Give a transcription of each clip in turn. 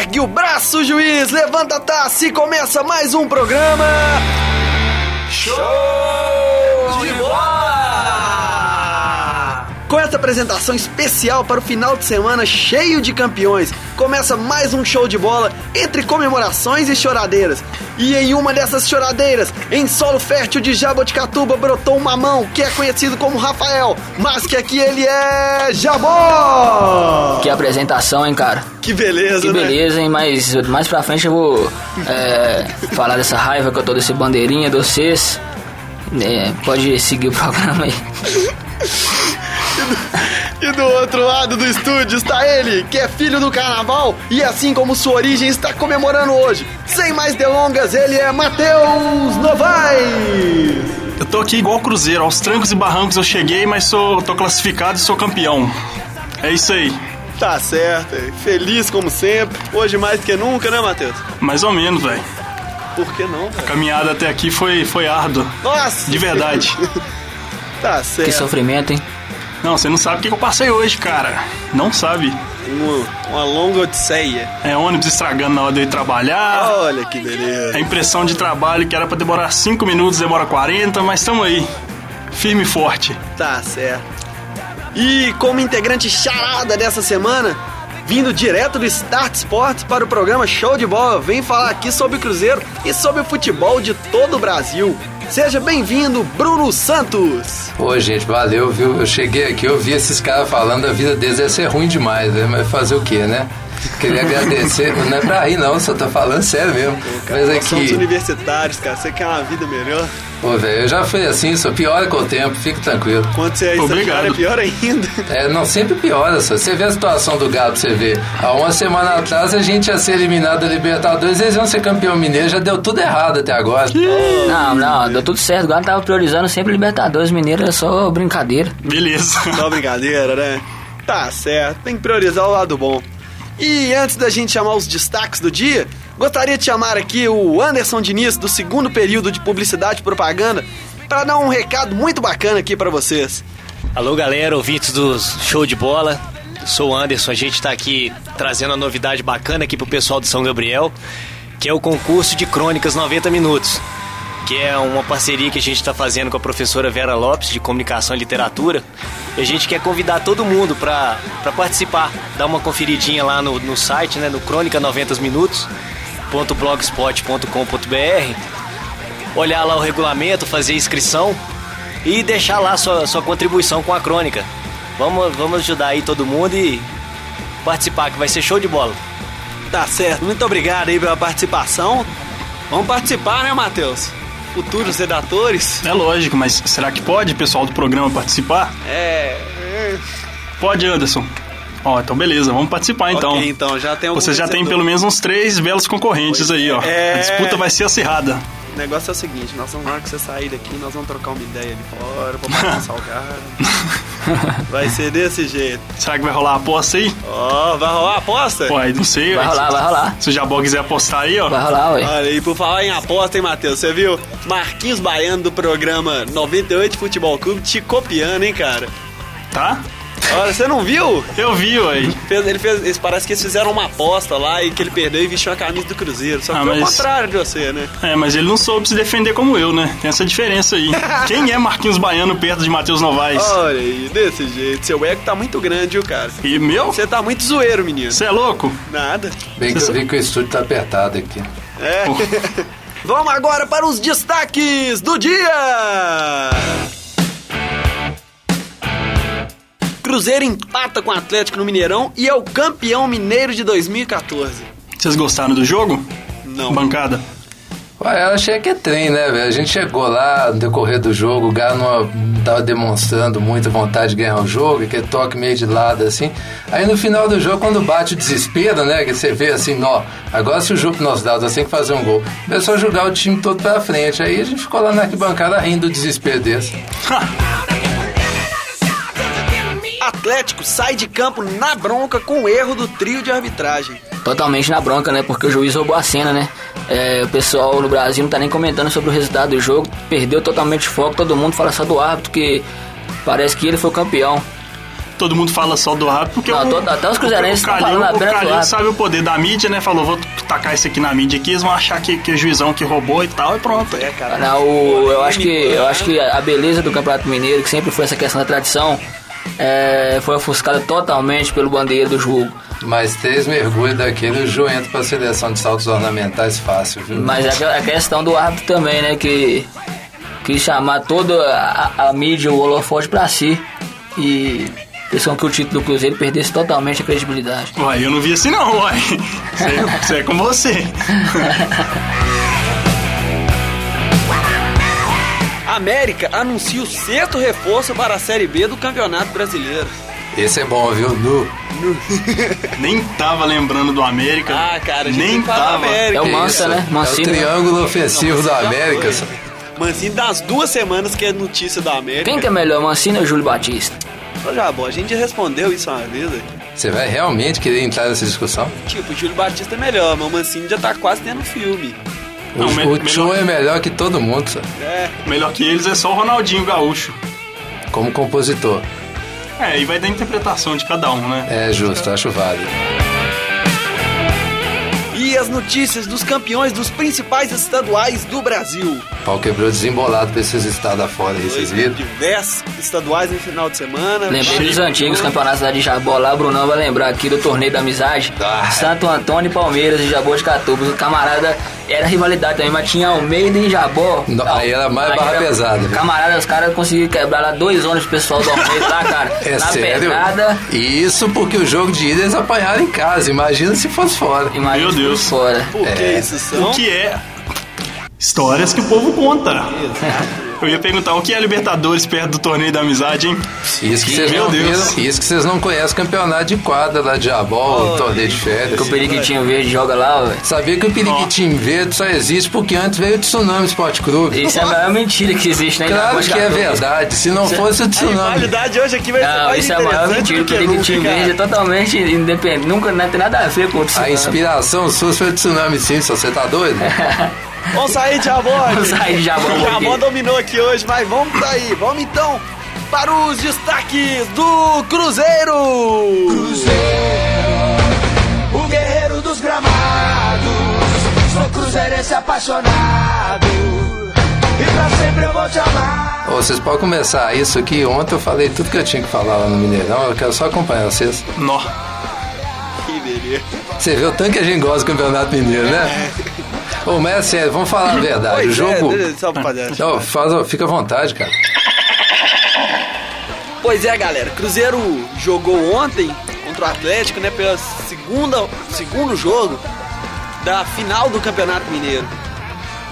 Ergue o braço, juiz, levanta a taça e começa mais um programa. Show de bola! Com essa apresentação especial para o final de semana cheio de campeões, começa mais um show de bola entre comemorações e choradeiras. E em uma dessas choradeiras, em solo fértil de Jaboticatuba, brotou um mamão que é conhecido como Rafael, mas que aqui ele é Jabó! Que apresentação, hein, cara? Que beleza, Que né? beleza, hein? Mas mais pra frente eu vou é, falar dessa raiva que eu tô desse bandeirinha de vocês. É, pode seguir o programa aí. E do outro lado do estúdio está ele, que é filho do carnaval e assim como sua origem está comemorando hoje. Sem mais delongas, ele é Matheus Novaes. Eu tô aqui igual o Cruzeiro, aos trancos e barrancos eu cheguei, mas sou, tô classificado e sou campeão. É isso aí, Tá certo, feliz como sempre, hoje mais que nunca, né Matheus? mais ou menos, velho. Por que não, A velho? caminhada até aqui foi, foi árdua, Nossa! de verdade. Tá Que certo. sofrimento, hein? Não, você não sabe o que eu passei hoje, cara. Não sabe. Uma, uma longa odisseia. É ônibus estragando na hora de eu ir trabalhar. Olha que beleza. A impressão de trabalho que era pra demorar 5 minutos, demora 40, mas tamo aí. Firme e forte. Tá certo. E como integrante charada dessa semana, vindo direto do Start Sports para o programa Show de Bola, vem falar aqui sobre o Cruzeiro e sobre o futebol de todo o Brasil. Seja bem-vindo, Bruno Santos. Pô, gente, valeu, viu? Eu cheguei aqui, eu vi esses caras falando, a vida deles ia ser ruim demais, né? Mas fazer o quê, né? Queria agradecer, não é pra rir não, só tô falando sério mesmo. Mas Nós somos aqui, universitários, cara. Você quer uma vida melhor? pô, velho, eu já fui assim, só piora com o tempo, fique tranquilo. Quando você é estagiário, é Obrigado. pior ainda. É, não, sempre piora, só. Você vê a situação do Galo, pra você ver. Há uma semana atrás a gente ia ser eliminado da Libertadores, eles iam ser campeão mineiro, já deu tudo errado até agora. Não, não, deu tudo certo. O Galo tava priorizando sempre Libertadores Mineiro, era só brincadeira. Beleza. Só brincadeira, né? Tá certo, tem que priorizar o lado bom. E antes da gente chamar os destaques do dia, gostaria de chamar aqui o Anderson Diniz, do segundo período de publicidade e propaganda, para dar um recado muito bacana aqui para vocês. Alô, galera, ouvintes do Show de Bola. Sou o Anderson, a gente tá aqui trazendo uma novidade bacana aqui pro pessoal de São Gabriel, que é o concurso de crônicas 90 minutos, que é uma parceria que a gente tá fazendo com a professora Vera Lopes de Comunicação e Literatura. E a gente quer convidar todo mundo para participar, dar uma conferidinha lá no, no site, né, no crônica 90 minutos.blogspot.com.br olhar lá o regulamento, fazer inscrição e deixar lá sua, sua contribuição com a crônica. Vamos, vamos ajudar aí todo mundo e participar, que vai ser show de bola. Tá certo, muito obrigado aí pela participação. Vamos participar, né, Matheus? Futuros redatores? É lógico, mas será que pode o pessoal do programa participar? É. Pode, Anderson. Ó, então beleza, vamos participar então. ok, então já tem algum Você já tem vencedor. pelo menos uns três belos concorrentes aí, ó. É. A disputa vai ser acirrada. O negócio é o seguinte, nós vamos na hora que você sair daqui, nós vamos trocar uma ideia ali fora, vou passar um salgado. Vai ser desse jeito. Será que vai rolar a aposta aí? Ó, vai rolar aposta? Pô, aí não sei. Vai ué. rolar, vai rolar. Se o Jabó quiser apostar aí, ó. Vai rolar, ué. Olha, e por falar em aposta, hein, Matheus? Você viu? Marquinhos Baiano do programa 98 Futebol Clube te copiando, hein, cara? Tá? Olha, você não viu? Eu vi, ué. Fez- Ele fez, eles- parece que eles fizeram uma aposta lá e que ele perdeu e vestiu a camisa do Cruzeiro. Só que Ah, foi o mas- contrário de você, né? É, mas ele não soube se defender como eu, né? Tem essa diferença aí. Quem é Marquinhos Baiano perto de Matheus Novaes? Olha aí, desse jeito. Seu ego tá muito grande, viu, cara? E meu? Você tá muito zoeiro, menino. Você é louco? Nada. Bem que eu vi que o estúdio tá apertado aqui. É. Vamos agora para os destaques do dia! Cruzeiro empata com o Atlético no Mineirão e é o campeão mineiro de 2014. Vocês gostaram do jogo? Não. Bancada. Ué, eu achei que é trem, né, velho? A gente chegou lá no decorrer do jogo, o Galo não tava demonstrando muita vontade de ganhar o jogo, aquele toque meio de lado assim. Aí no final do jogo, quando bate o desespero, né, que você vê assim, ó, agora se o jogo nós dados, nós temos que fazer um gol. Começou a jogar o time todo pra frente. Aí a gente ficou lá na arquibancada rindo do desespero desse. Atlético sai de campo na bronca com o erro do trio de arbitragem. Totalmente na bronca, né? Porque o juiz roubou a cena, né? É, o pessoal no Brasil não tá nem comentando sobre o resultado do jogo, perdeu totalmente o foco, todo mundo fala só do árbitro, que parece que ele foi o campeão. todo mundo fala só do rap, porque Não, o, todo- até os o- cruzeirenses o tão Calil, falando o apenas do Calil rap. sabe o poder da mídia, né? Falou, vou tacar isso aqui na mídia aqui, eles vão achar que, que é juizão que roubou e tal, e pronto. É, cara. Não, o- eu acho que eu acho que a beleza do Campeonato Mineiro, que sempre foi essa questão da tradição, é, foi ofuscada totalmente pelo bandeiro do jogo. Mas três mergulhos daquele, o Ju entra pra seleção de saltos ornamentais fácil, viu? Mas a, a questão do árbitro também, né? Que quis chamar toda a, a mídia, o holofote pra si. E pensou que o título do Cruzeiro perdesse totalmente a credibilidade. Uai, eu não vi assim não, uai. Isso é, isso é com você. América anuncia o sexto reforço para a Série B do Campeonato Brasileiro. Esse é bom, viu? Nu. Nem tava lembrando do América. Ah, cara, a gente tem Nem que falar da tava. América. É o Que Mansa, isso? né? Mancini, É o triângulo ofensivo da já América. foi. sabe? Mancini, das duas semanas que é notícia da América. Quem que é melhor, Mancini ou Júlio Batista? Ô, Jabó, a gente já respondeu isso uma vez. velho. Você vai realmente querer entrar nessa discussão? Tipo, o Júlio Batista é melhor, mas o Mancini já tá quase tendo filme. O- Não, me- o Tchô melhor- é melhor que todo mundo, sabe? É, Melhor que eles é só o Ronaldinho Gaúcho. como compositor. É, e vai da interpretação de cada um, né? É justo, acho válido. E as notícias dos campeões dos principais estaduais do Brasil. Pau quebrou desembolado pra esses estados afora aí, vocês viram? Diversos estaduais no final de semana. Tipo, Lembrei dos Chico. antigos campeonatos da de Jabó lá, o Brunão vai lembrar aqui do torneio da amizade. Ah. Santo Antônio e Palmeiras e Jabó de Catubas. O camarada era rivalidade também, mas tinha Almeida e Jabó. No- aí era mais é barra pesada, viu? Camarada, os caras conseguiram quebrar lá dois ônibus pessoal do Almeida lá, cara. É na sério? pesada. E Isso porque o jogo de ida eles apanharam em casa, imagina se fosse fora. Imagina se Meu fosse Deus. um Fora. Por que É. isso O são? que é histórias que o povo conta. Eu ia perguntar o que é Libertadores perto do torneio da amizade, hein? Isso que vocês Meu não viram, Deus. isso que vocês não conhecem campeonato de quadra lá de Jabol, torneio de férias. Que o periquitinho verde joga lá, velho. Sabia que o Periquitim Verde só existe porque antes veio o Tsunami Sport Clube. Isso é a maior mentira que existe, né? Claro Jabó de que é Catubas. verdade, se não fosse o A Tsunami. rivalidade hoje aqui vai ser Não, mais isso é a interessante maior mentira. do O que nunca, periquitinho verde é cara. totalmente independente. Nunca não tem nada a ver com o A inspiração sua foi o Tsunami Simpson, você tá doido? Vamos sair de Jabó. Vamos sair de Jabó, O Jabó porque- dominou aqui hoje, mas vamos sair. Vamos então para os destaques do Cruzeiro. O guerreiro dos gramados. Sou cruzeirense apaixonado. E pra sempre eu vou te amar. Ô, vocês podem começar isso aqui. Ontem eu falei tudo que eu tinha que falar lá no Mineirão. Eu quero só acompanhar vocês. Nó. Você vê o tanto que a gente gosta do Campeonato Mineiro, né? Ô, mas é sério, vamos falar a verdade. o Pois é, jogo. deixa- só pra fazer- Ô, faz, ó, fica à vontade, cara. Pois é, galera. Cruzeiro jogou ontem contra o Atlético, né? Pela segunda, segundo jogo da final do Campeonato Mineiro.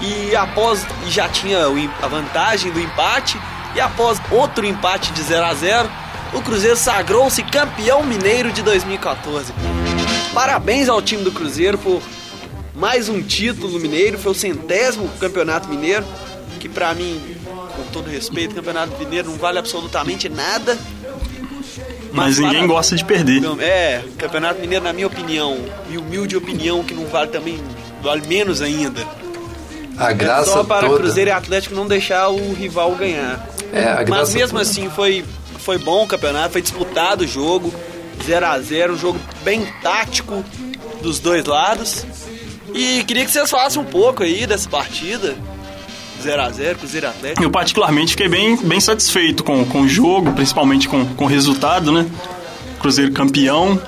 E após e já tinha o em- a vantagem do empate e após outro empate de 0 a 0, o Cruzeiro sagrou-se campeão mineiro de 2014. Parabéns ao time do Cruzeiro por mais um título mineiro, foi o centésimo campeonato mineiro, que pra mim, com todo respeito, campeonato mineiro não vale absolutamente nada. Mas ninguém para- gosta de perder. Não, É, campeonato mineiro, na minha opinião, e humilde opinião, que não vale também, vale menos ainda. A É graça só para toda. Cruzeiro e Atlético não deixar o rival ganhar. É, a Mas graça mesmo toda. assim foi, foi bom o campeonato, foi disputado o jogo, 0 a 0 um jogo bem tático dos dois lados. E queria que vocês falassem um pouco aí dessa partida. 0 a 0 Cruzeiro e Atlético. Eu particularmente fiquei bem, bem satisfeito com, com o jogo, principalmente com, com o resultado, né? Cruzeiro campeão.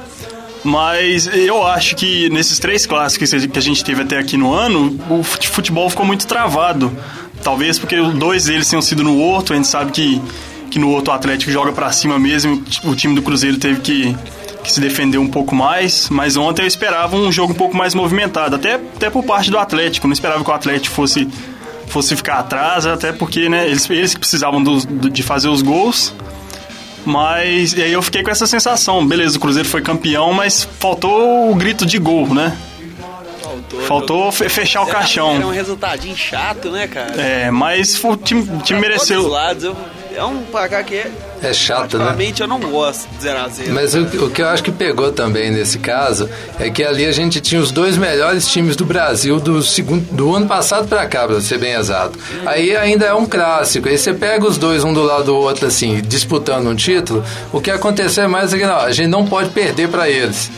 Mas eu acho que nesses três clássicos que a gente teve até aqui no ano, o fut- futebol ficou muito travado. Talvez porque dois deles tenham sido no Horto, a gente sabe que, que no Horto o Atlético joga pra cima mesmo, o time do Cruzeiro teve que, que se defender um pouco mais. Mas ontem eu esperava um jogo um pouco mais movimentado, até, até por parte do Atlético. Não esperava que o Atlético fosse fosse ficar atrás, até porque né, eles, eles que precisavam dos- do- de fazer os gols. Mas e aí eu fiquei com essa sensação, beleza, o Cruzeiro foi campeão, mas faltou o grito de gol, né? Faltou. Faltou fe- fechar o Zero a zero Era um caixão. resultadinho chato, né, cara? É, mas foi- o time, o time Pra todos os mereceu. lados, eu, É um placar que é. É chato, né? particularmente, eu não gosto de 0x0. Mas o, o que eu acho que pegou também nesse caso é que ali a gente tinha os dois melhores times do Brasil do, segundo, do ano passado pra cá, pra ser bem exato. Aí ainda é um clássico. Aí você pega os dois um do lado do outro, assim, disputando um título. O que aconteceu é mais é que não, a gente não pode perder pra eles.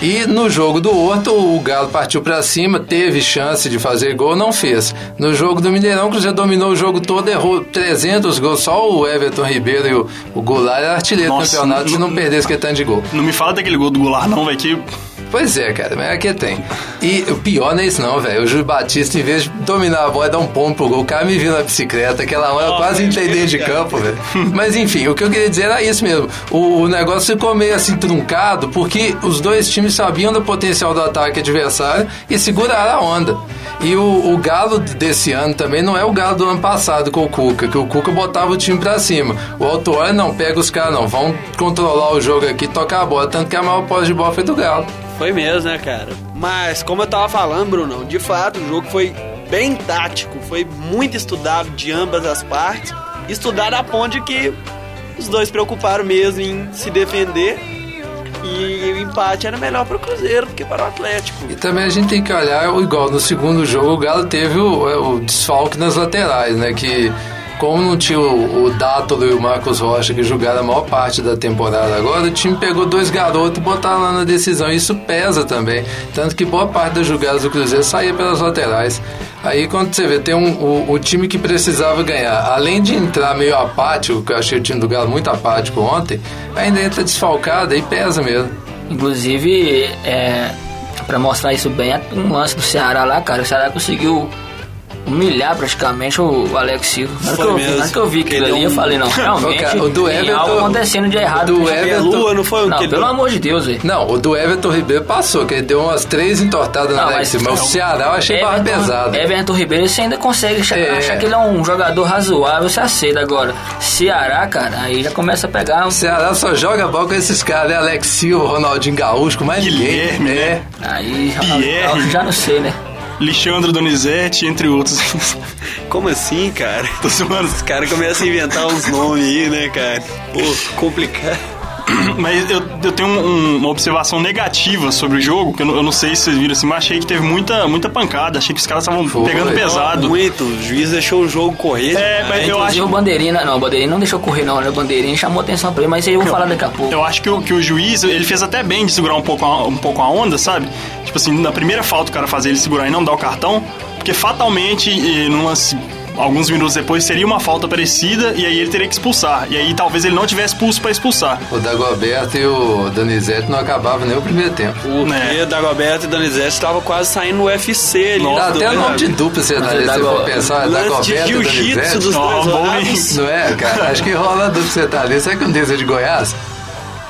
E no jogo do Horto, o Galo partiu pra cima, teve chance de fazer gol, não fez. No jogo do Mineirão, o Cruzeiro dominou o jogo todo, errou 300 gols, só o Everton Ribeiro e o, o Goulart era artilheiro do Nossa, campeonato, se não- não perdesse que tanto de gol. Não me fala daquele gol do Goulart, não, velho, que Pois é, cara, mas é que tem. E o pior não é isso não, velho. O Júlio Batista, em vez de dominar a bola e dar um pombo pro gol, o cara me viu na bicicleta, aquela hora eu quase entrei dentro de campo, velho. Mas enfim, o que eu queria dizer era isso mesmo. O, o negócio ficou meio assim truncado, porque os dois times sabiam do potencial do ataque adversário e seguraram a onda. E o, o Galo desse ano também não é o Galo do ano passado com o Cuca, que o Cuca botava o time pra cima. O Autuori não pega os caras, não. Vão controlar o jogo aqui, tocar a bola. Tanto que a maior posse de bola foi do Galo. Foi mesmo, né, cara? Mas, como eu tava falando, Brunão, de fato o jogo foi bem tático, foi muito estudado de ambas as partes. Estudado a ponto de que os dois preocuparam mesmo em se defender. E o empate era melhor pro Cruzeiro do que para o Atlético. E também a gente tem que olhar, igual no segundo jogo, o Galo teve o, o desfalque nas laterais, né? Que como não tinha o, o Dátolo e o Marcos Rocha que jogaram a maior parte da temporada agora, o time pegou dois garotos e botaram lá na decisão. Isso pesa também. Tanto que boa parte das jogadas do Cruzeiro saía pelas laterais. Aí quando você vê, tem um, o, o time que precisava ganhar, além de entrar meio apático, que eu achei o time do Galo muito apático ontem, ainda entra desfalcado e pesa mesmo. Inclusive, é, pra mostrar isso bem, um lance do Ceará lá, cara. O Ceará conseguiu humilhar praticamente o o Alex Silva. Na hora que Foi eu vi- na hora mesmo. que eu vi aquilo Ele ali, é eu um- falei, não, realmente cara, o do tem Everton- algo acontecendo de errado. do com esse Everton- jogador. Lua, não foi o Não, que ele pelo deu? amor de Deus, velho. Não, o do Everton Ribeiro passou, que ele deu umas três entortadas na Não, é, Alex, mas, Ah, mas- é um o Ceará eu achei barra pesada. Everton Ribeiro, você ainda consegue achar, É. achar que ele é um jogador razoável, você aceita agora. Ceará, cara, aí já começa a pegar um. O Ceará só joga bola com esses caras, né? Alex Silva, Ronaldinho Gaúcho, com mais Guilherme, ninguém. né? É. Aí já, Pierre. já não sei, né? Alexandre Donizete, entre outros. Como assim, cara? Tô zoando. Os caras começam a inventar uns nomes aí, né, cara? Pô, complicado. Mas eu, eu tenho um- um- uma observação negativa sobre o jogo, que eu, não- eu não sei se vocês viram assim, mas achei que teve muita, muita pancada, achei que os caras estavam Foi. pegando pesado. Muito, o juiz deixou o jogo correr. É, mas eu Inclusive acho, o Bandeirinha, não, o Bandeirinha não deixou correr, não, né? O Bandeirinha chamou atenção pra ele, mas aí eu vou falar daqui a Então, pouco. eu acho que o, que o juiz, ele fez até bem de segurar um pouco, a, um pouco a onda, sabe? Tipo assim, na primeira falta o cara fazer ele segurar e não dar o cartão, porque fatalmente, eh, num lance, alguns minutos depois, seria uma falta parecida e aí ele teria que expulsar. E aí talvez ele não tivesse pulso pra expulsar. É, O Dagoberto e o Donizete não acabavam nem o primeiro tempo. O Né. Pedro, Dagoberto e Donizete estavam quase saindo do UFC ali. Dá Os até dois, nome de né? dupla, você tá Mas o se Dago- for pensar, é Lance de Dagoberto e jiu-jitsu dos Donizete. dois Ó, bom, lados. Não é, cara? Acho que rola a dupla sertaneja. Será que não tem essa de Goiás?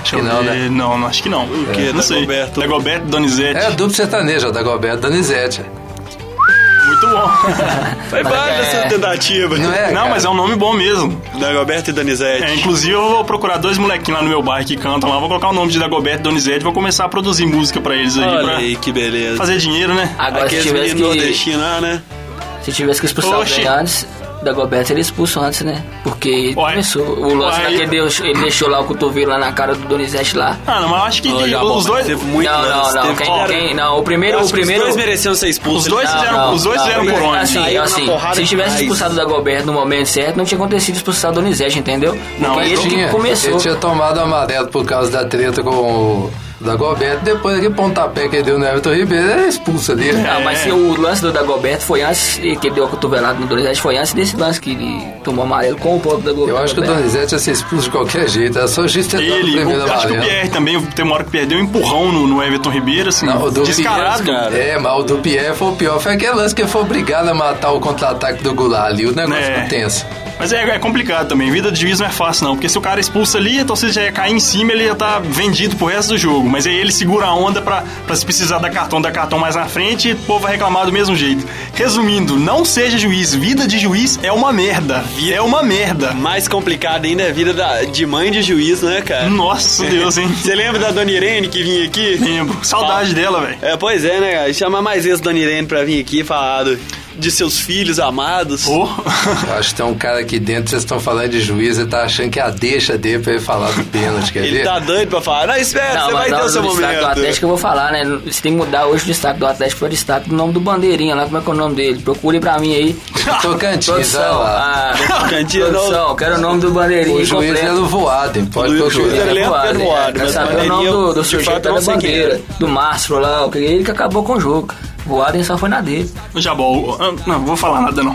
Deixa eu Que não, ver. né? Não, não, acho que não. O quê? Não sei. Dagoberto. Dagoberto Donizete. É a dupla sertaneja, o Dagoberto e Donizete. Muito bom. Foi válida é- essa tentativa. Não é? não, cara? mas é um nome bom mesmo. Dagoberto e Donizete. É, inclusive eu vou procurar dois molequinhos lá no meu bairro que cantam lá, vou colocar o nome de Dagoberto e Donizete e vou começar a produzir música pra eles aí, Olha pra aí, que beleza. fazer dinheiro, né? Agora, se né? Aqueles tivesse meninos que, nordestinos lá, né? se tivesse que expulsar Oxi. o o antes, da Goberto ele expulso antes, né? Porque Uai. começou o lance lá Uai. que ele deixou, ele deixou lá o cotovelo lá na cara do Donizete lá. Ah, não, mas eu acho que Ô, Jabó, os dois... teve muito não, lance, não, não, teve- quem, Ó, quem, não, o eu primeiro, acho o que primeiro, Ah, Os dois mereciam ser expulsos. Os dois Não, fizeram- os dois fizeram por onde? Assim, Saiu na assim, porrada se tivesse demais. expulsado o Dagoberto no momento certo, não tinha acontecido expulsar o Donizete, entendeu? Não, Porque mas ele tinha, que começou. Ele tinha tomado amarelo por causa da treta com o Dagoberto. Depois daquele pontapé que ele deu no Everton Ribeiro, ele é expulso ali. né? Não, mas É. se o lance do Dagoberto foi antes, e que ele deu a cotovelada no Donizete, foi antes desse lance que ele tomou amarelo com o ponto da Eu acho que o Donizete ia ser expulso de qualquer jeito. Era só o juiz ter dado o Ele, primeiro o, acho que o amarelo. Pierre também, tem uma hora que perdeu um empurrão no, no Everton Ribeiro, assim, Não, o do descarado, Pierre, cara. É, mas o do Pierre foi o pior. Foi aquele lance que ele foi obrigado a matar o contra-ataque do Goulart ali. O negócio É. ficou tenso. Mas é, é complicado também, vida de juiz não é fácil não, porque se o cara expulsa ali, então você já ia cair em cima, ele ia estar vendido pro resto do jogo. Mas aí ele segura a onda pra, pra se precisar da cartão, da cartão mais na frente e o povo vai reclamar do mesmo jeito. Resumindo, não seja juiz, vida de juiz é uma merda, é uma merda. Mais complicado ainda é a vida da- de mãe de juiz, né, cara? Nossa Deus, hein? Você lembra da Dona Irene que vinha aqui? Lembro, saudade dela, velho. É, pois é, né, cara? Chamar mais vezes Dona Irene pra vir aqui e falar do de seus filhos amados. Pô, Eu acho que tem um cara aqui dentro, vocês estão falando de juiz, você tá achando que é a deixa dele pra ele falar do pênalti, quer Ele ver? tá doido pra falar. Não, espera, você Não, mas vai na ter o hora seu do destaque do momento. Atlético eu vou falar, né? Você tem que mudar hoje o destaque do Atlético para o destaque do nome do Bandeirinha lá, como é que é o nome dele? Procure pra mim aí. Tocantins, olha Produção. lá. Ah, Cantinho não. é produção, quero o nome do Bandeirinha O juiz completo. era o voado, hein? Pode O pôr o juiz juiz. é era- Leandro Voado, Eduardo, Quero mas saber o nome Bandeirinha, do, do de fato, sujeito eu da não sei quem é. bandeira, era. do Márcio lá, o que- ele que acabou com o jogo. Voado só foi na dele. Jabol, ah, não, vou falar nada não.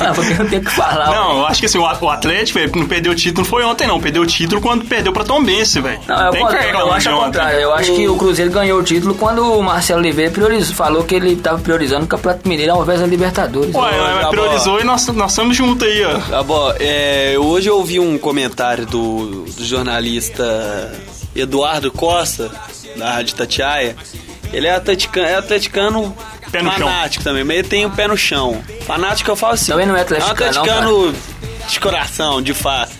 Ah, porque eu tenho que falar. ó. Não, eu acho que assim, o At- o Atlético velho, não perdeu o título foi ontem, não. Perdeu o título quando perdeu pra Tombense, velho. Não, é o Tem que contrário, pegar eu um acho de ao ontem. contrário. Eu acho que o Cruzeiro ganhou o título quando o Marcelo Oliveira priorizou, falou que ele estava priorizando o Campeonato Mineiro ao invés da Libertadores. Ué, Ô, mas Jabó. é, priorizou e nós, nós estamos juntos aí, ó. Tá bom, é, hoje eu ouvi um comentário do, do jornalista Eduardo Costa, da Rádio Tatiaia. Ele é atleticano, é atleticano Pé no chão. fanático também, mas ele tem o pé no chão. Fanático eu falo assim. Também não é É um atleticano, não, atleticano de coração, de fato.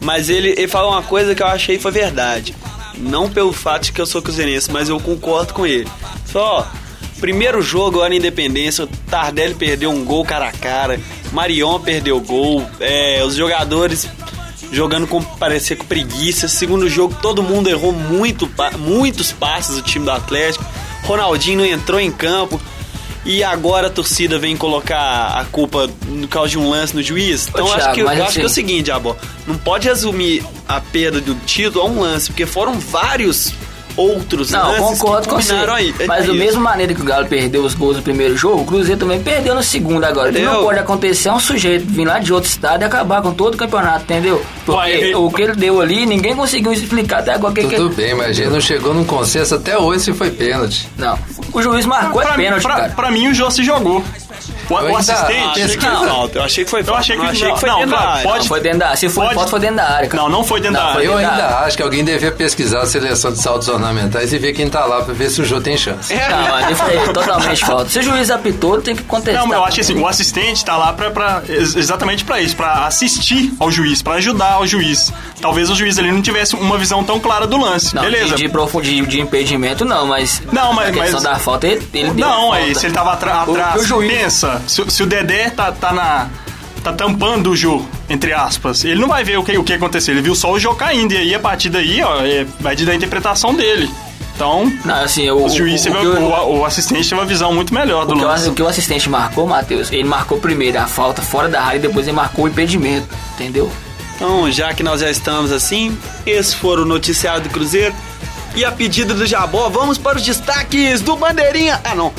Mas ele, ele falou uma coisa que eu achei que foi verdade. Não pelo fato de que eu sou cruzeirense, mas eu concordo com ele. Só, primeiro jogo lá na Independência, o Tardelli perdeu um gol cara a cara, Marion perdeu gol, é, os jogadores jogando com parecia com preguiça. Segundo jogo, todo mundo errou muito, pa- muitos passes do time do Atlético. Ronaldinho não entrou em campo. E agora a torcida vem colocar a culpa no causa de um lance no juiz? Então eu acho Thiago, que, eu mas acho que é o assim- seguinte, Abó. Não pode resumir a perda do título a um lance, porque foram vários outros Não, lances concordo que com você. combinaram aí. É Mas da isso. mesma maneira que o Galo perdeu os gols no primeiro jogo, o Cruzeiro também perdeu no segundo agora. O que não Entendeu? pode acontecer é um sujeito vir lá de outro estado e acabar com todo o campeonato, entendeu? Porque Uai, ele- o que ele deu ali, ninguém conseguiu explicar até agora o É que, que Tudo bem, mas a gente não chegou num consenso até hoje se foi pênalti. Não. O juiz marcou é Pra, pênalti, pra- cara. pra mim, o Jô se jogou. O, o Eu ainda Ah, assistente. achei que foi Não. falta. Eu achei que foi falta. Eu achei que, não, não, foi não, dentro da cara, área. pode- Foi dentro da área. Se foi Pode- falta, foi dentro da área, cara. Não, não foi dentro Não, da foi área. Eu verdade. ainda acho que alguém devia pesquisar a seleção de saltos ornamentais e ver quem tá lá pra ver se o Jô tem chance. Não, ali foi totalmente falta. Se o juiz apitou, tem que contestar. É. Não, mas eu acho que assim, o assistente tá lá pra, pra- ex- exatamente pra isso, pra assistir ao juiz, pra ajudar o juiz. Talvez o juiz ali não tivesse uma visão tão clara do lance. Não, Beleza. De, de, profundidade, de impedimento, não, mas. Não, mas- A questão mas- da falta, ele, ele deu Não, a aí, falta. se ele tá- tava atra- O- atrás, o juiz- pensa, se, se o Dedé tá, tá na. tá tampando o jogo, entre aspas, ele não vai ver o que, o que aconteceu, ele viu só o jogo caindo, e aí a partir daí, ó, é, vai de da interpretação dele. Então, Não, assim, o, o juiz, o, teve- o, que eu- o, o assistente teve uma visão muito melhor do o que o- lance. o que o assistente marcou, Matheus, ele marcou primeiro a falta fora da área e depois ele marcou o impedimento, entendeu? Então, já que nós já estamos assim, esse foi o noticiário do Cruzeiro. E a pedido do Jabó, vamos para os destaques do Bandeirinha. Ah, não.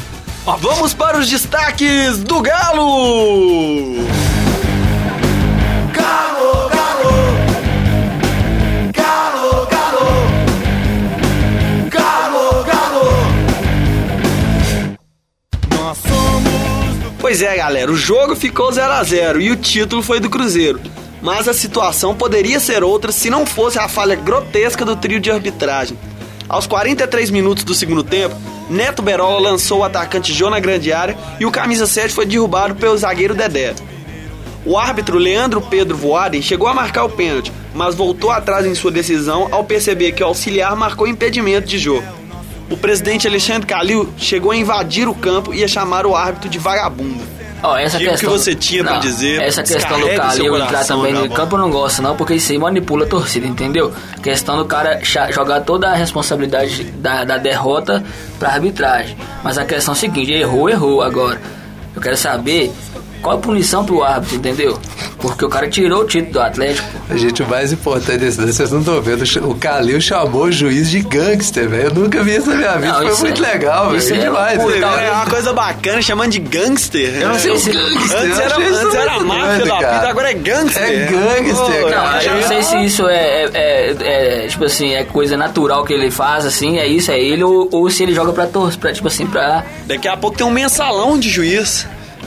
Ó, Vamos para os destaques do Galo! Galo, galo, galo, galo, galo, galo. Pois é, galera, o jogo ficou 0 a 0 e o título foi do Cruzeiro. Mas a situação poderia ser outra se não fosse a falha grotesca do trio de arbitragem. Aos 43 minutos do segundo tempo, Neto Berola lançou o atacante Jô na grande área e o camisa 7 foi derrubado pelo zagueiro Dedé. O árbitro Leandro Pedro Voaden chegou a marcar o pênalti, mas voltou atrás em sua decisão ao perceber que o auxiliar marcou impedimento de jogo. O presidente Alexandre Calil chegou a invadir o campo e a chamar o árbitro de vagabundo. Ó, essa Diga o que questão, você tinha pra dizer, Essa questão do descarregue cara seu eu entrar coração, também meu no amor. campo eu não gosto, não, porque isso aí manipula a torcida, entendeu? Questão do cara cha- jogar toda a responsabilidade da, da derrota pra arbitragem. Mas a questão é a seguinte: errou, errou agora. Eu quero saber qual a punição pro árbitro, entendeu? Porque o cara tirou o título do Atlético. A gente, o mais importante desse lance, vocês não estão vendo, o Calil chamou o juiz de gangster, velho. Eu nunca vi isso na minha vida, Não, foi isso muito é- legal, velho. isso é demais. loucura, velho. Então, é uma coisa bacana, chamando de gangster. né? É. Eu não sei Esse- se gangster, Antes eu era, achei isso antes era muito máfia doido, da cara. vida, agora é gangster. É gangster, Pô, cara. Não, eu não sei se isso é, é- é- é, tipo assim, é coisa natural que ele faz, assim, é isso, é ele, ou, ou se ele joga pra torcer, pra, tipo assim, pra. Daqui a pouco tem um mensalão de juiz.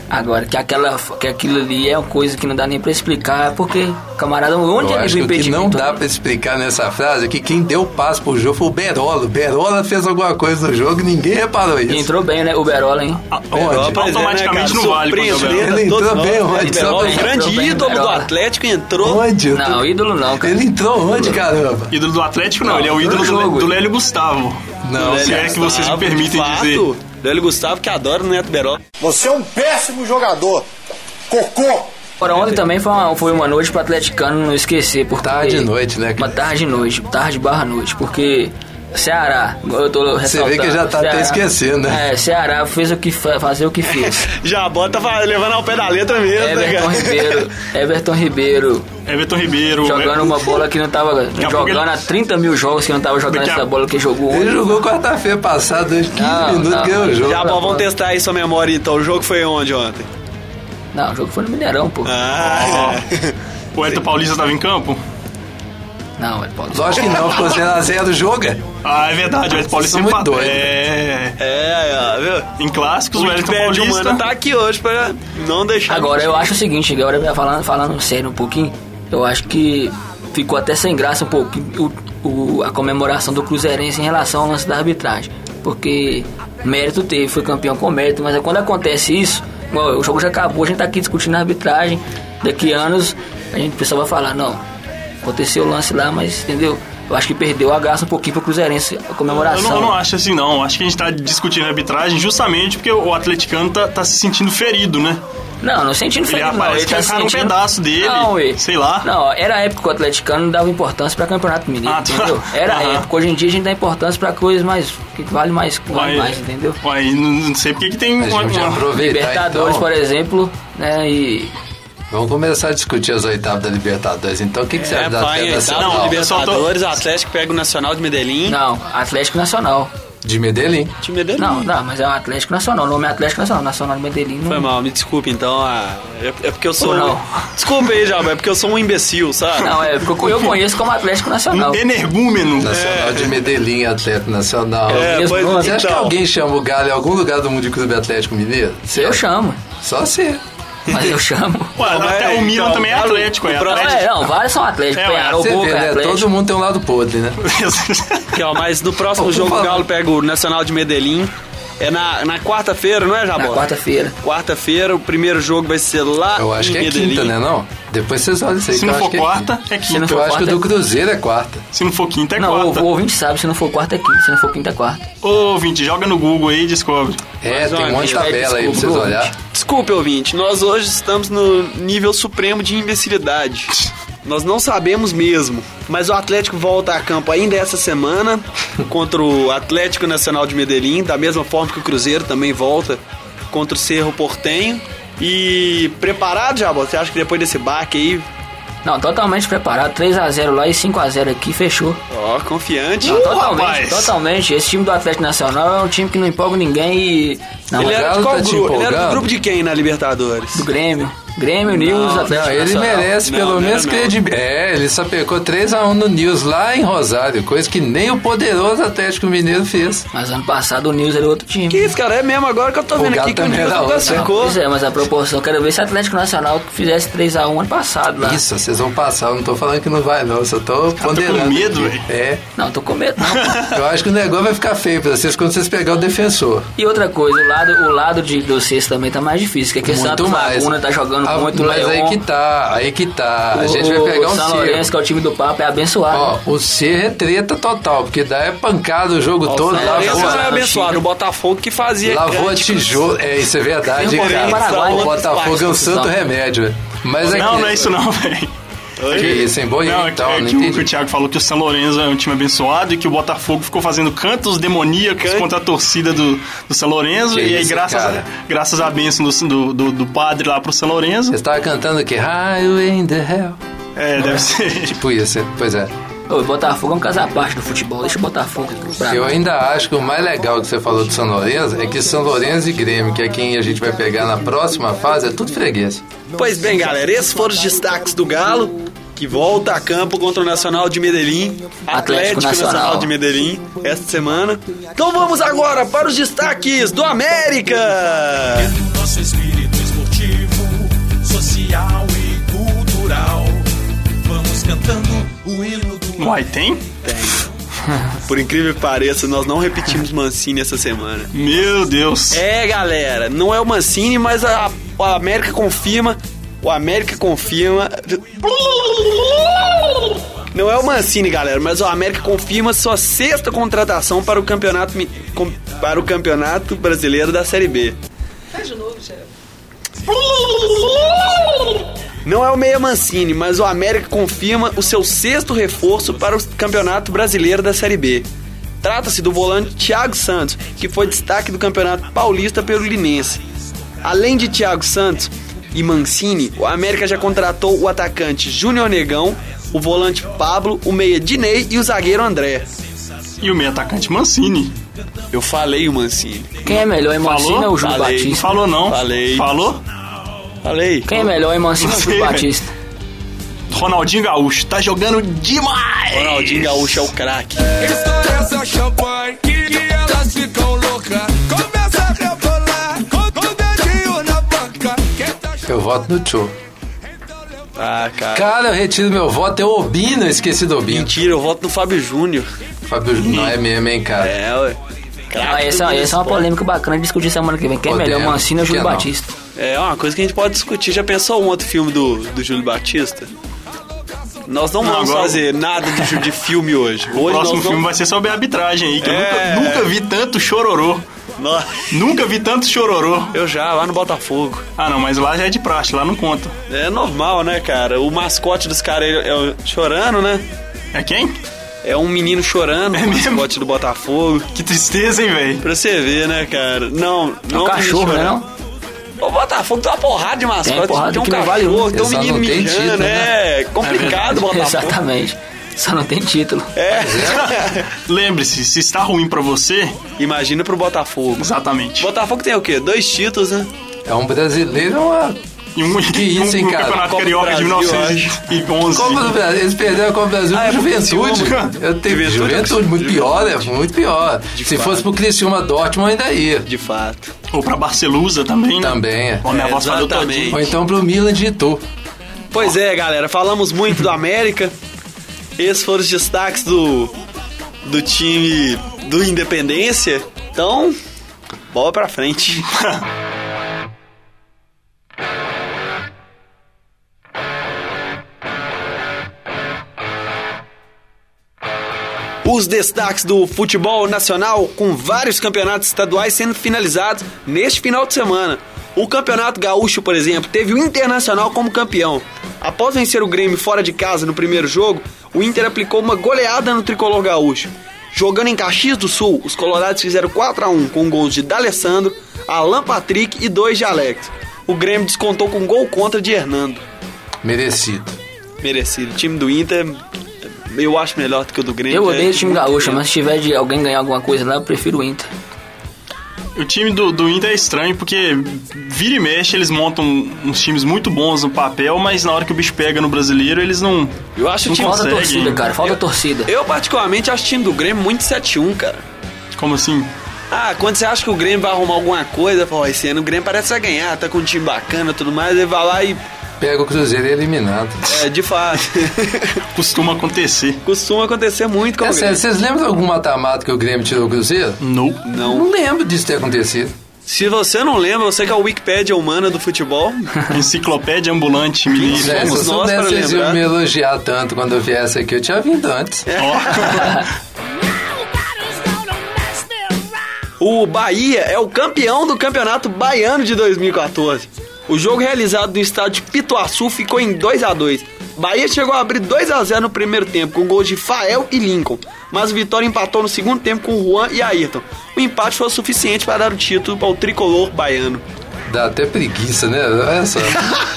Agora, que, aquela, que aquilo ali é uma coisa que não dá nem pra explicar, porque, camarada, onde Eu é acho que que o o que não impedimento? dá pra explicar nessa frase é que quem deu o passo pro jogo foi o Berola. O Berola fez alguma coisa no jogo e ninguém reparou isso. Entrou bem, né, o Berola, hein? Onde? Pois é, Ah, Automaticamente cara? não vale quando Surpreendeu é Berola. Ele todos entrou nós, bem, né? onde? Berola, Só o bem. grande Entrou bem, ídolo do Berola. Atlético entrou. Onde? Eu tô- Não, ídolo não, cara. Ele entrou onde, caramba? Ídolo do Atlético não, Não, ele é o no ídolo do, jogo, do ele. Lélio Gustavo. Não, se é que vocês me Gustavo, permitem de fato, dizer. Hélio Gustavo, que adora o Neto Beró. Você é um péssimo jogador. Cocô. Agora, ontem também foi uma, foi uma noite pro atleticano não esquecer. Porque Tarde e noite, né, cara? Uma tarde e noite, tarde barra noite, porque Ceará, eu tô Você vê que já tá até esquecendo, né? É, Ceará fez o que fa- fazer o que fez. Já bota fa- levando ao pé da letra mesmo, né, Everton cara? Ribeiro, Everton Ribeiro Everton Ribeiro. jogando né? uma bola que não tava a pouco jogando ele- há 30 mil jogos que não tava jogando Daqui a- essa bola que jogou Ele hoje. jogou quarta-feira passada, 15 Não, minutos, não. ganhou o jogo. Já, Tá bom, bom. vamos testar aí sua memória então. O jogo foi onde ontem? Não, o jogo foi no Mineirão, É. pô. Ah, O Elton Paulista tava em campo? Não, é pode. Lógico que não, ficou 0x0 do jogo. é. Ah, é verdade, o Elton Paulista Vocês são muito empatou. doidos, É. é, ó, viu? Em clássicos, O o Elton Wikipedia Paulista. humano tá aqui hoje pra não deixar. Agora eu acho o seguinte, agora falando, falando sério um pouquinho, eu acho que ficou até sem graça um pouco o- o- a comemoração do Cruzeirense em relação ao lance da arbitragem. Porque mérito teve, foi campeão com mérito, mas é quando acontece isso, igual, o jogo já acabou, a gente tá aqui discutindo a arbitragem, daqui a anos a gente o pessoal vai falar, não, aconteceu o lance lá, mas entendeu? Eu acho que perdeu a graça um pouquinho pro Cruzeirense a Eu comemoração. não, eu não acho assim, não. Acho que a gente tá discutindo arbitragem justamente porque o atleticano tá, tá se sentindo ferido, né? Não, não sentindo feliz, não. aparece que arrancaram um pedaço dele, Não, ué. sei lá. Não, era a época que o atleticano não dava importância pra campeonato mineiro, Ah, tá. entendeu? Era a Aham. época. Hoje em dia a gente dá importância pra coisas mais... que vale mais, que vale mais, entendeu? Uai, não não sei porque que tem A uma, gente uma- aproveitar, Libertadores, então. por exemplo, né, e... Vamos começar a discutir as oitavas da Libertadores. Então, o que, que você É, acha da pai, Atlético oitavo Nacional de Não, pessoal, tô- Libertadores, o Atlético pega o Nacional de Medellín. Não, Atlético Nacional. de Medellín? De Medellín. Não, não, mas é o Atlético Nacional. O nome é Atlético Nacional. Nacional de Medellín não... Foi é mal, me desculpe então. ah, é, é porque eu sou. Ou não. Desculpa aí, Jabo, é porque eu sou um imbecil, sabe? Não, é porque eu conheço como Atlético Nacional. um energúmeno. Nacional de Medellín, Atlético Nacional. É, mesmo pois, nome. Você acha que então, alguém chama o Galo em algum lugar do mundo de Clube Atlético Mineiro? Você Eu chamo, Só você. mas eu chamo. Ué, Não, até é, o Milan então, também é Galo- atlético, é o próximo- atlético. É, não, vários são Atlético. É, Penharol, Você Boca, vê, é né? Atlético. Todo mundo tem um lado podre, né? aqui, ó, mas no próximo Por jogo o favor. Galo pega o Nacional de Medellín. É na, na quarta-feira, não é, Jabo? tá Na quarta-feira. Quarta-feira, o primeiro jogo vai ser lá Eu acho em que é Medellín. quinta, né? Não? Depois vocês olham isso aí. Se que não eu for acho que é quarta, quinta. é Se não quinta. for Eu acho que o quarta- do Cruzeiro é quarta. Se não for quinta, é Não, quarta. o, o ouvinte sabe, se não for quarta é quinta, se não for quinta é quarta. Ô, ouvinte, joga no Google aí e descobre. É, Mas, tem um olha, monte de gente, tabela aí pra vocês desculpa, olhar. Desculpe, ouvinte, nós hoje estamos no nível supremo de imbecilidade. Nós não sabemos mesmo. Mas o Atlético volta a campo ainda essa semana contra o Atlético Nacional de Medellín, da mesma forma que o Cruzeiro também volta contra o Cerro Portenho. E preparado, Jabó? Você acha que depois desse baque aí, Não, totalmente preparado. 3x0 lá e 5x0 aqui, fechou. ó, confiante? Não, totalmente, rapaz. totalmente. Esse time do Atlético Nacional é um time que não empolga ninguém e. Não, Ele o era de Galo qual tá te grupo? Ele era do empolgando? grupo de quem na Libertadores? do Grêmio. Grêmio, News, Atlético Não, ele Nacional. merece Não, pelo não, menos não. credibilidade. É, ele só pecou 3x1 no News lá em Rosário, coisa que nem o poderoso Atlético Mineiro fez. Mas ano passado o News era outro time. Que isso, cara? É mesmo agora que eu tô O vendo Galo aqui que o tá também Nilson era outro, Não, classificou. pois é, mas a proporção, quero ver se o Atlético Nacional fizesse 3x1 ano passado lá. Isso, vocês vão passar, eu não tô falando que não vai, não, eu só tô ponderando. medo, aqui. É. Não, tô com medo, não. Eu acho que o negócio vai ficar feio pra vocês quando vocês pegar o defensor. E outra coisa, o lado, o lado de, do Sexto também tá mais difícil, que aqui muito Santos mais. Laguna tá jogando Ah, muito Mas Leão. aí que tá, aí que tá. A gente vai O- pegar o um São Ciro. Lourenço, que é o time do Papa, é abençoado. Ó, o Ciro é treta total, porque daí é pancada o jogo todo, São Não, Lourenço esse lavou, Lavoura. não é abençoado. O Botafogo que fazia. lavou a grande- tijolo. É, isso é verdade, Tem um cara. problema no Paraguai, o né, Botafogo que é um faz santo confusão. remédio. Mas é não, que, não é isso não, velho. Que isso, hein? Boa não, é, então, é não que, o, que o entendi. Thiago falou que o São Lourenço é um time abençoado e que o Botafogo ficou fazendo cantos demoníacos Canto. contra a torcida do, do São Lourenço. Que e aí, isso, graças a, cara. graças à bênção do, do, do- do padre lá pro São Lourenço. Você tava cantando aqui, Highway in the Hell. É, deve ser. Tipo isso, pois é. Ô, O Botafogo é um caso à parte do futebol, deixa o Botafogo Tá. pra Eu ainda acho que o mais legal que você falou do São Lourenço é que São Lourenço e Grêmio, que é quem a gente vai pegar na próxima fase, é tudo freguês. Pois bem, galera, esses foram os destaques do Galo, que volta a campo contra o Nacional de Medellín, Atlético, Nacional. Nacional de Medellín, esta semana. Então vamos agora para os destaques do América! nosso espírito esportivo, social e cultural. Vamos cantando o hino do Uai, tem? Por incrível que pareça, nós não repetimos Mancini essa semana. Meu Deus. É, galera, não é o Mancini, mas a, o América confirma. O América confirma. Não é o Mancini, galera, mas o América confirma sua sexta contratação para o campeonato, mi- com- para o campeonato brasileiro da Série B. Não é o Meia Mancini, mas o América confirma o seu sexto reforço para o Campeonato Brasileiro da Série B. Trata-se do volante Thiago Santos, que foi destaque do Campeonato Paulista pelo Linense. Além de Thiago Santos e Mancini, o América já contratou o atacante Júnior Negão, o volante Pablo, o meia Dinei e o zagueiro André. E o meio atacante Mancini. Eu falei o Mancini. Quem é melhor em Mancini Falou? ou o Júlio Falei. Não Batista? falou não. Falei. Falou? Falei. Quem é melhor em Mancini ou o Não Júlio sei, Batista? Ronaldinho Gaúcho. Tá jogando demais. Ronaldinho Gaúcho é o craque. Estoura essa champanhe que elas ficam loucas. Começa a rebolar com o dedinho na banca. Quem tá Eu voto no Tchô. Ah, cara. Cara, eu retiro meu voto. Eu Obino, eu esqueci do Obino. Mentira, eu voto no Fábio Júnior. Fábio, não é mesmo, hein, cara? É, ué. Ah, Craque essa, do essa é uma esporte. polêmica bacana de discutir semana que vem. Quem é Podemos, melhor, Mancini ou Júlio por que não? Batista? É uma coisa que a gente pode discutir. Já pensou um outro filme do, do Júlio Batista? Nós não, vamos agora- fazer nada do, ju- de filme hoje. Hoje O próximo nós filme vamos... vai ser sobre a arbitragem aí, que É. eu nunca, nunca vi tanto chororô. Nó- Nunca vi tanto chororô. Eu já, lá no Botafogo. Ah, não, mas lá já é de praxe, lá não conta. É normal, né, cara? O mascote dos caras é, é o- chorando, né? É quem? É um menino chorando, o mesmo? mascote do Botafogo. Que tristeza, hein, velho? Pra você ver, né, cara? Não, não. Um menino cachorro, né? chorando. Não? O Botafogo tem uma porrada de mascote. Tem porrada um que não cachorro, vale um. tem um Só menino não tem mijando, título, né? É complicado o Botafogo. É. Exatamente. Só não tem título. Lembre-se, se está ruim pra você, Imagina pro Botafogo. exatamente. Botafogo tem o quê? Dois títulos, né? É um brasileiro, uma E um, Que e um- isso, hein, um cara? campeonato Copa do carioca de Brasil, 1911. Copa do Brasil. Eles perderam a Copa do Brasil Ah, é pro pro Juventude. Criciúma. Eu tenho Juventude, é Juventude, muito pior, é muito pior. Se fato. fosse pro Criciúma Dortmund, ainda ia. De fato. Ou pra Barcelusa também, né? Também, é. Ó, minha É, voz falhou exatamente. todinha. Ou então pro Milan de Itu. Pois é, galera. Falamos muito do América. Esses foram os destaques do, do time do Independência. Então, bola pra frente. Os destaques do futebol nacional, com vários campeonatos estaduais sendo finalizados neste final de semana. O Campeonato Gaúcho, por exemplo, teve o Internacional como campeão. Após vencer o Grêmio fora de casa no primeiro jogo, o Inter aplicou uma goleada no tricolor gaúcho. Jogando em Caxias do Sul, os colorados fizeram 4 a 1 com gols de D'Alessandro, Alan Patrick e dois de Alex. O Grêmio descontou com gol contra de Hernando. Merecido. Merecido. O time do Inter, eu acho melhor do que o do Grêmio. Eu já é odeio o time muito gaúcho, tempo. mas se tiver de alguém ganhar alguma coisa lá, eu prefiro o Inter. O time do, do Inter é estranho porque vira e mexe, eles montam um, uns times muito bons no papel, mas na hora que o bicho pega no brasileiro, eles não. Eu acho não o time- Falta conseguem. torcida, cara. Falta torcida. Eu, particularmente, acho o time do Grêmio muito 7-1, cara. Como assim? Ah, quando você acha que o Grêmio vai arrumar alguma coisa, fala, "Ó, esse ano o Grêmio parece que vai ganhar, tá com um time bacana e tudo mais, ele vai lá e, Pega o Cruzeiro e é eliminado. é, de fato, Costuma acontecer. costuma acontecer muito com É o sério, Grêmio. vocês lembram de algum mata-mata que o Grêmio tirou o Cruzeiro? Não. Não. Não lembro disso ter acontecido. Se você não lembra, você que é o Wikipedia humana do futebol, Enciclopédia ambulante mineiro. Né, somos se eu nós soubesse, para vocês iam lembrar? me elogiar tanto quando eu viesse aqui, eu tinha vindo antes. o Bahia é o campeão do Campeonato Baiano de 2014. O jogo realizado no estádio Pituaçu ficou em 2 a 2 Bahia chegou a abrir 2 a 0 no primeiro tempo, com gols de Fael e Lincoln. Mas o Vitória empatou no segundo tempo com Juan e Ayrton. O empate foi o suficiente para dar o título ao tricolor baiano. Dá até preguiça, né? Olha só.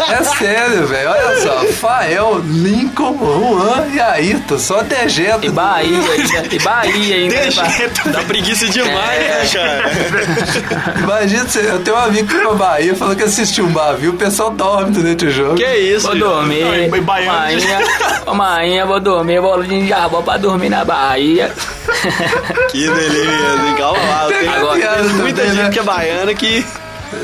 É sério, velho. Olha só. Fael, Lincoln, Juan e Ayrton. Só dejeto. E Bahia ainda. E Bahia ainda. né, Bahia? Dá preguiça demais, né, cara? Imagina, você- eu tenho um amigo que foi pra Bahia falou que assistiu um bar, viu? O pessoal dorme durante o jogo. Que isso, Vou gente? dormir. Não, e baiano- Mainha, ô, mainha, vou dormir. Bolinha de jarbó pra dormir na Bahia. Que beleza, hein? calma lá. Tem, Agora- tem muita também, gente né? que é baiana que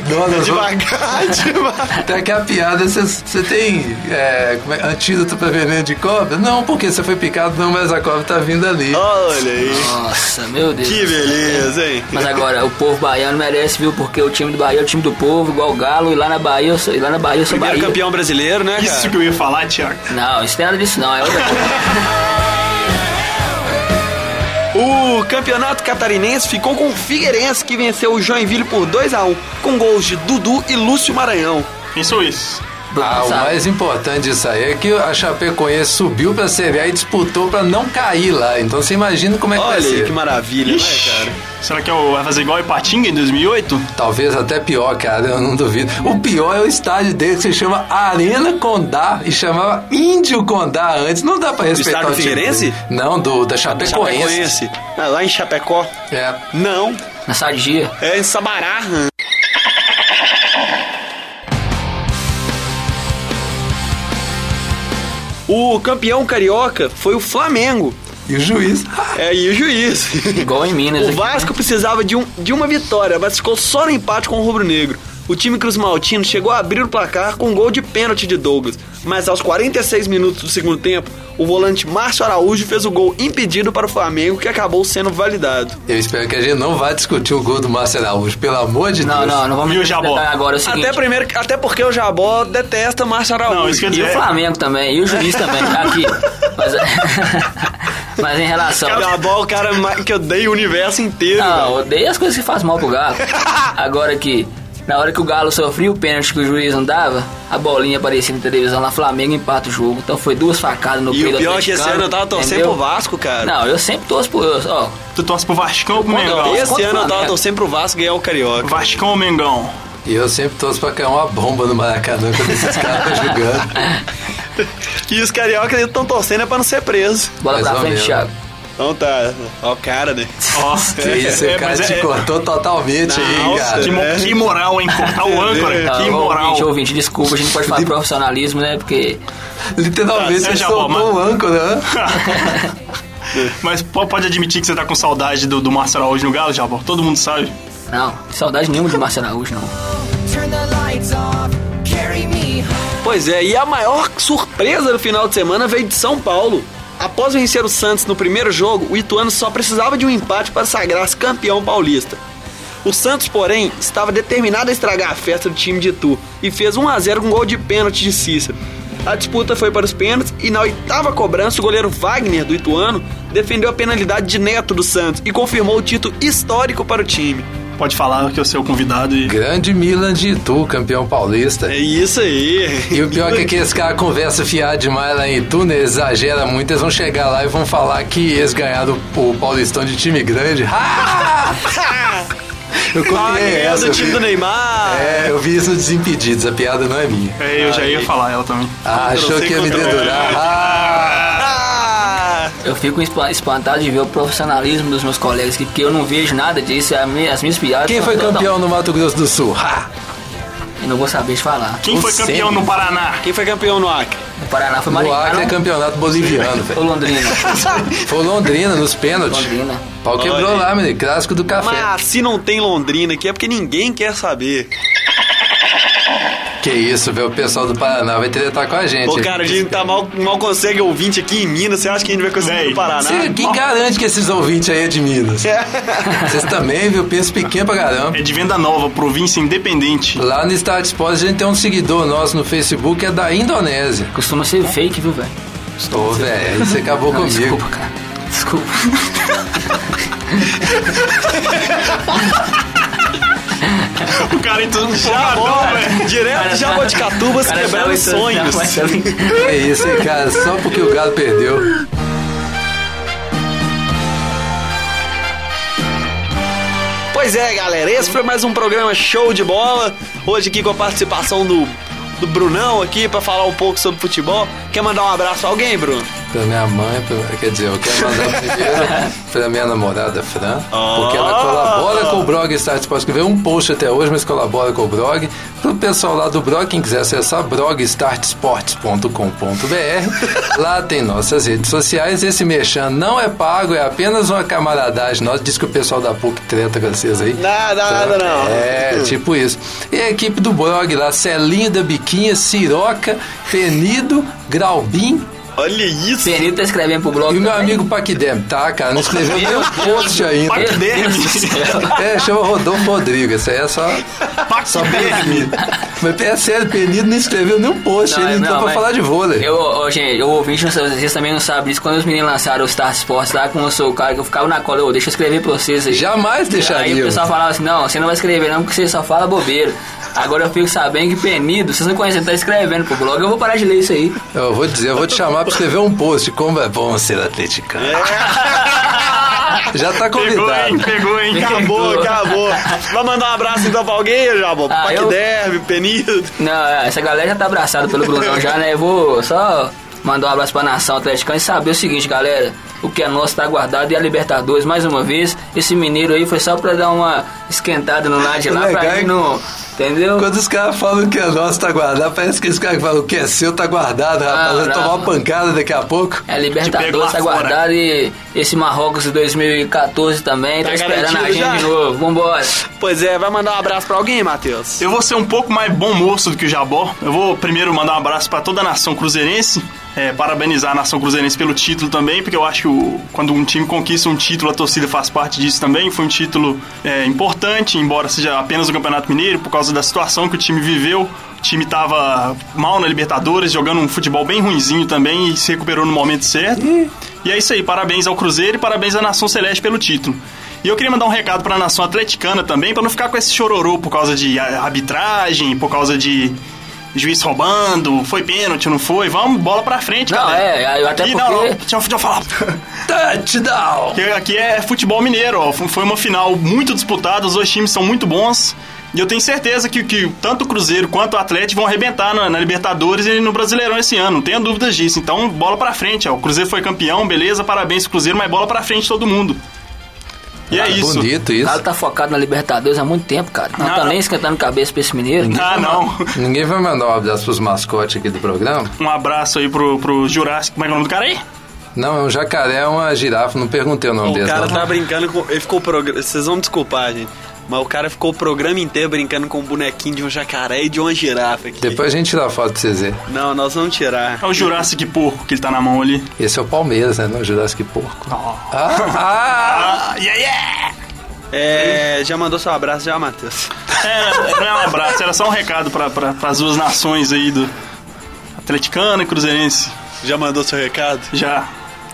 Dona, devagar, devagar. Até que a piada, você- você tem é, como é, antídoto pra veneno de cobra? Não, porque você foi picado, não, mas a cobra tá vindo ali. Olha aí. Nossa, meu Deus. Que beleza, hein? Mas agora, o povo baiano merece, viu? Porque o time do Bahia é o time do povo, igual o Galo, e lá na Bahia eu sou, e lá na Bahia eu sou Primeiro Bahia. campeão brasileiro, né, cara? Isso que eu ia falar, Thiago. Não, isso não é nada disso não, é outra coisa. O campeonato catarinense ficou com o Figueirense, que venceu o Joinville por 2 a 1 com gols de Dudu e Lúcio Maranhão. Pensou isso. Ah, o Sabe? mais importante disso aí é que a Chapecoense subiu pra Série A e disputou pra não cair lá. Então você imagina como é que vai Olha aí, ser. que maravilha, Ixi. né, cara? Será que é o- vai fazer igual o Ipatinga em 2008? Talvez até pior, cara, eu não duvido. O pior é o estádio dele que se chama Arena Condá e chamava Índio Condá antes. Não dá pra respeitar estádio o time Figueirense? dele. Não, do, da Chapecoense. Chapecoense. Ah, Lá em Chapecó. É. Não, Na sadia. é em Sabará. O campeão carioca foi o Flamengo. E o juiz. É, e o juiz. Igual em Minas. O aqui, Vasco né? precisava de, um, de uma vitória, mas ficou só no empate com o Rubro Negro. O time Cruz Maltino chegou a abrir o placar com um gol de pênalti de Douglas, mas aos 46 minutos do segundo tempo, o volante Márcio Araújo fez o gol impedido para o Flamengo, que acabou sendo validado. Eu espero que a gente não vá discutir o gol do Márcio Araújo, pelo amor de Não, Deus. não, não vamos E o entrar Jabó? agora. É o seguinte, Até, primeiro, até porque o Jabó detesta Márcio Araújo. Não, isso quer E é. dizer. o Flamengo também, e o juiz também, tá aqui. Mas, mas em relação. O Jabó é o cara mais- que odeia o universo inteiro. Não, odeio as coisas que fazem mal pro Galo. Agora que, na hora que o Galo sofreu o pênalti que o juiz não dava, a bolinha aparecia na televisão lá, Flamengo empata o jogo. Então foi duas facadas no e peito o pior é que esse ano eu tava torcendo pro Vasco, cara. Não, eu sempre torço pro. eu- Ó, Tu torce pro Vascão ou pro Quando eu Mengão? torço- esse contra ano o eu tava Flamengo. torcendo pro Vasco ganhar o Carioca. Vascão ou Mengão? E eu sempre torço pra cair uma bomba no Maracanã quando esses caras estão jogando. E os cariocas estão torcendo é pra não ser preso. bola Mais pra ou frente, menos. Thiago. Então tá, ó o cara, né? Ó, é, Que isso, o cara mas te cortou totalmente aí, Nossa, cara. É, tá que, mo- É. que moral, hein? Cortar o âncora. Ah, É, que moral. Ouvinte, ouvinte, desculpa, a gente não pode falar de profissionalismo, né? Porque. Literalmente, Tá, você seja bom, soltou mano. o âncora. né? Mas po- pode admitir que você tá com saudade do, do Márcio Araújo no Galo, Jabó? Todo mundo sabe. Não, saudade nenhuma de Marcelo Araújo, não. Pois é, e a maior surpresa do final de semana veio de São Paulo. Após vencer o Santos no primeiro jogo, o Ituano só precisava de um empate para sagrar-se campeão paulista. O Santos, porém, estava determinado a estragar a festa do time de Itu e fez 1 a 0 com um gol de pênalti de Cícero. A disputa foi para os pênaltis e na oitava cobrança o goleiro Wagner do Ituano defendeu a penalidade de Neto do Santos e confirmou o título histórico para o time. Pode falar que eu sou o convidado e. Grande Milan de Itu, campeão paulista. É isso aí. E o pior é que aqueles caras conversam fiado demais lá em Itu, né? Eles exageram muito, eles vão chegar lá e vão falar que eles ganharam o Paulistão de time grande. Ah! Eu copiei Wagner essa. do time do Neymar. É, eu vi isso no Desimpedidos, a piada não é minha. É, eu já ia falar ela também. Ah, achou sei que ia me controlar. dedurar. Ah! Ah! Eu fico espa- espantado de ver o profissionalismo dos meus colegas aqui, porque eu não vejo nada disso, é a minha- as minhas piadas. Quem são foi total- campeão no Mato Grosso do Sul? Ah! Eu não vou saber te falar. Quem foi campeão sempre. no Paraná? Quem foi campeão no Acre? O Paraná foi O Acre é Maringá, campeonato boliviano, não? velho. Ou Londrina? Foi Londrina nos pênaltis. Londrina. Pau quebrou lá, menino. Clássico do café. Mas se não tem Londrina aqui é porque ninguém quer saber. Que isso, velho. O pessoal do Paraná vai tretar com a gente. Ô, cara, a gente tá mal, mal consegue ouvinte aqui em Minas. Você acha que a gente vai conseguir Véi. no Paraná? Cê- quem garante que esses ouvintes aí é de Minas? Vocês também, viu? Penso pequeno pra caramba. É de venda nova, província independente. Lá no Estado Sports a gente tem um seguidor nosso no Facebook, é da Indonésia. Costuma ser fake, viu, velho? Ô, velho, aí você acabou Não, comigo. desculpa, cara. Desculpa. O cara entrou no Ó, porradão, velho. velho, Direto de Jaboticatuba se tá Cara, quebrando já é vai- já é sonhos. vai- já vai- É isso, hein, cara? Só porque o gado perdeu. Pois é, galera. Esse foi mais um programa show de bola. Hoje aqui com a participação do, do Brunão aqui pra falar um pouco sobre futebol. Quer mandar um abraço pra alguém, Bruno? Pra minha mãe, pra- quer dizer, eu quero mandar primeiro pra minha namorada Fran, porque ela Ah! colabora com o blog Start Sports, que veio um post até hoje, mas colabora com o blog. Pro pessoal lá do blog, quem quiser acessar, blogstartsports.com.br. Lá tem nossas redes sociais. Esse merchan não é pago, é apenas uma camaradagem. Nós diz que o pessoal da PUC treta com vocês aí. Nada, nada, não. É, tipo isso. E a equipe do blog lá, Celinho da Biquinha, Siroca, Penido, Graubim, Olha isso. Pereira tá escrevendo pro blog. E o meu também. amigo Paquidem, tá, cara? Não escreveu nem o post ainda. Meu Deus do céu. É, chama Rodolfo Rodrigues. Isso aí é só. Só apelido. Mas é sério, Penido não escreveu nem um post Não, ainda, então, pra mas falar de vôlei. Eu, ó, gente, o ouvinte, não sabe- vocês também não sabem disso. Quando os meninos lançaram o Star Sports lá, como eu sou o cara que eu ficava na cola, ô, deixa eu escrever pra vocês aí. Jamais deixaria. Aí o pessoal falava assim, não, você não vai escrever não, porque você só fala bobeira. Agora eu fico sabendo que penido, vocês não conhecem, tá escrevendo pro blog, eu vou parar de ler isso aí. Eu vou dizer, eu vou te chamar pra escrever um post. Como é bom ser atleticano. Já tá É. Pegou, hein? convidado. Pegou, hein? Acabou, acabou. Vai mandar um abraço então pra alguém, Jabó? Ah, pra eu- Paquiderme, Penido. Não, essa galera já tá abraçada pelo Brunão já, né? Eu vou só mandar um abraço pra nação atleticana e saber o seguinte, galera. O que é nosso tá guardado e a Libertadores, mais uma vez. Esse mineiro aí foi só pra dar uma esquentada no lado de lá, Legal, pra hein? mim não... Entendeu? Quando os caras falam que é nosso, tá guardado. Parece que esse cara que fala o que é seu, tá guardado, rapaz. Vai Ah, não. tomar uma pancada daqui a pouco. É Te pego lá Libertadores, tá fora. guardado e esse Marrocos de 2014 também, tá, esperando a garantido gente já? de novo. Vambora. Pois é, vai mandar um abraço pra alguém, Matheus? Eu vou ser um pouco mais bom moço do que o Jabó. Eu vou primeiro mandar um abraço pra toda a nação cruzeirense. é, parabenizar a nação cruzeirense pelo título também, porque eu acho que o- quando um time conquista um título, a torcida faz parte disso também. Foi um título é, importante, embora seja apenas o Campeonato Mineiro, por causa da situação que o time viveu. O time tava mal na Libertadores, jogando um futebol bem ruinzinho também e se recuperou no momento certo. E é isso aí, parabéns ao Cruzeiro e parabéns à Nação Celeste pelo título. E eu queria mandar um recado pra nação atleticana também, pra não ficar com esse chororô por causa de a- arbitragem, por causa de juiz roubando, foi pênalti, não foi? Vamos, bola pra frente, Não, galera. é, eu até Aqui, não, porque- não, deixa eu, deixa eu falar. Touchdown! Porque aqui é futebol mineiro, ó. F- Foi uma final muito disputada, os dois times são muito bons. E eu tenho certeza que, que tanto o Cruzeiro quanto o Atlético vão arrebentar na, na Libertadores e no Brasileirão esse ano, não tenha dúvidas disso. Então, bola pra frente, ó. O Cruzeiro foi campeão, beleza, parabéns Cruzeiro, mas bola pra frente todo mundo. E Ah, é isso. Bonito O isso. Galo tá focado na Libertadores há muito tempo, cara. Não, Não, tá não. nem esquentando cabeça pra esse mineiro. Ah, não. Ninguém vai mandar um abraço pros mascotes aqui do programa? Um abraço aí pro, pro Jurassic. Como é que é o nome do cara aí? Não, é um jacaré, é uma girafa, não perguntei o nome O deles. cara não. tá brincando com. Ele ficou. progra- Vocês vão me desculpar, gente. Mas o cara ficou o programa inteiro brincando com um bonequinho de um jacaré e de uma girafa aqui. Depois a gente tira a foto pra vocês verem. Não, nós vamos tirar. É o Jurassic Porco que ele tá na mão ali. Esse é o Palmeiras, né? Não, Jurassic Porco. Ah, ah, Ah, yeah, yeah! É. Já mandou seu abraço já, Matheus. É, não é um abraço, era só um recado pra, pra, pras duas nações aí do Atleticano e Cruzeirense. Já mandou seu recado? Já.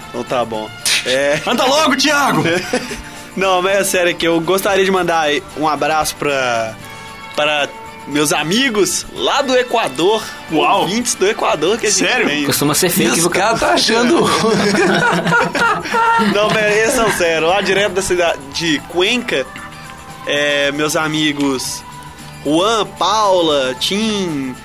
Então tá bom. É. Anda logo, Thiago! Não, mas é sério que eu gostaria de mandar um abraço pra. para meus amigos lá do Equador. Uau. Ouvintes do Equador que a gente Sério? tem. Costuma ser feio e os equivocado. caras tá achando. Não, mas eles são sérios. Lá direto da cidade de Cuenca, é, meus amigos Juan, Paula, Tim,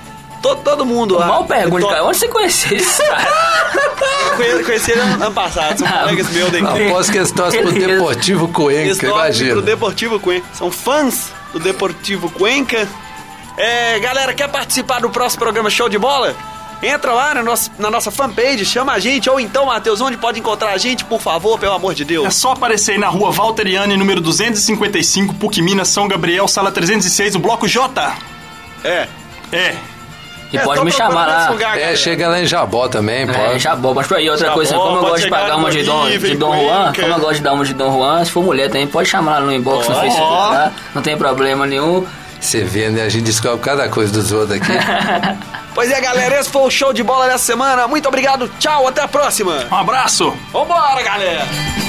to, todo mundo lá. Mal pergunta, Eu tô- cara. Onde você conheceu esse cara? eu Conheci, conheci ele ano ano passado, são Ah, colegas meus daqui. Após que eles torcem pro Beleza. Deportivo Eles Coenca, torcem pro imagina. Deportivo Cuenca. São fãs do Deportivo Cuenca. É, galera, quer participar do próximo programa Show de Bola? Entra lá na nossa, na nossa fanpage, chama a gente, ou então, Matheus, onde pode encontrar a gente, por favor, pelo amor de Deus. É só aparecer aí na rua Valteriane, número 255, PUC Minas, São Gabriel, sala 306, o bloco J. É. É. E É, pode tô procurando me chamar lá. esse lugar, É, galera. chega lá em Jabó também, É, pode. já bom, mas pra aí, outra Já coisa, bom, como eu pode gosto de chegar pagar uma de no Dom, nível, de Dom Juan, cuenca. como eu gosto de dar uma de Dom Juan, se for mulher também, pode chamar lá no inbox, no é- Ó. Facebook, tá? Não tem problema nenhum. Você vê, né? A gente descobre cada coisa dos outros aqui. Pois é, galera, esse foi o show de bola dessa semana. Muito obrigado, tchau, até a próxima. Um abraço! Vambora, galera!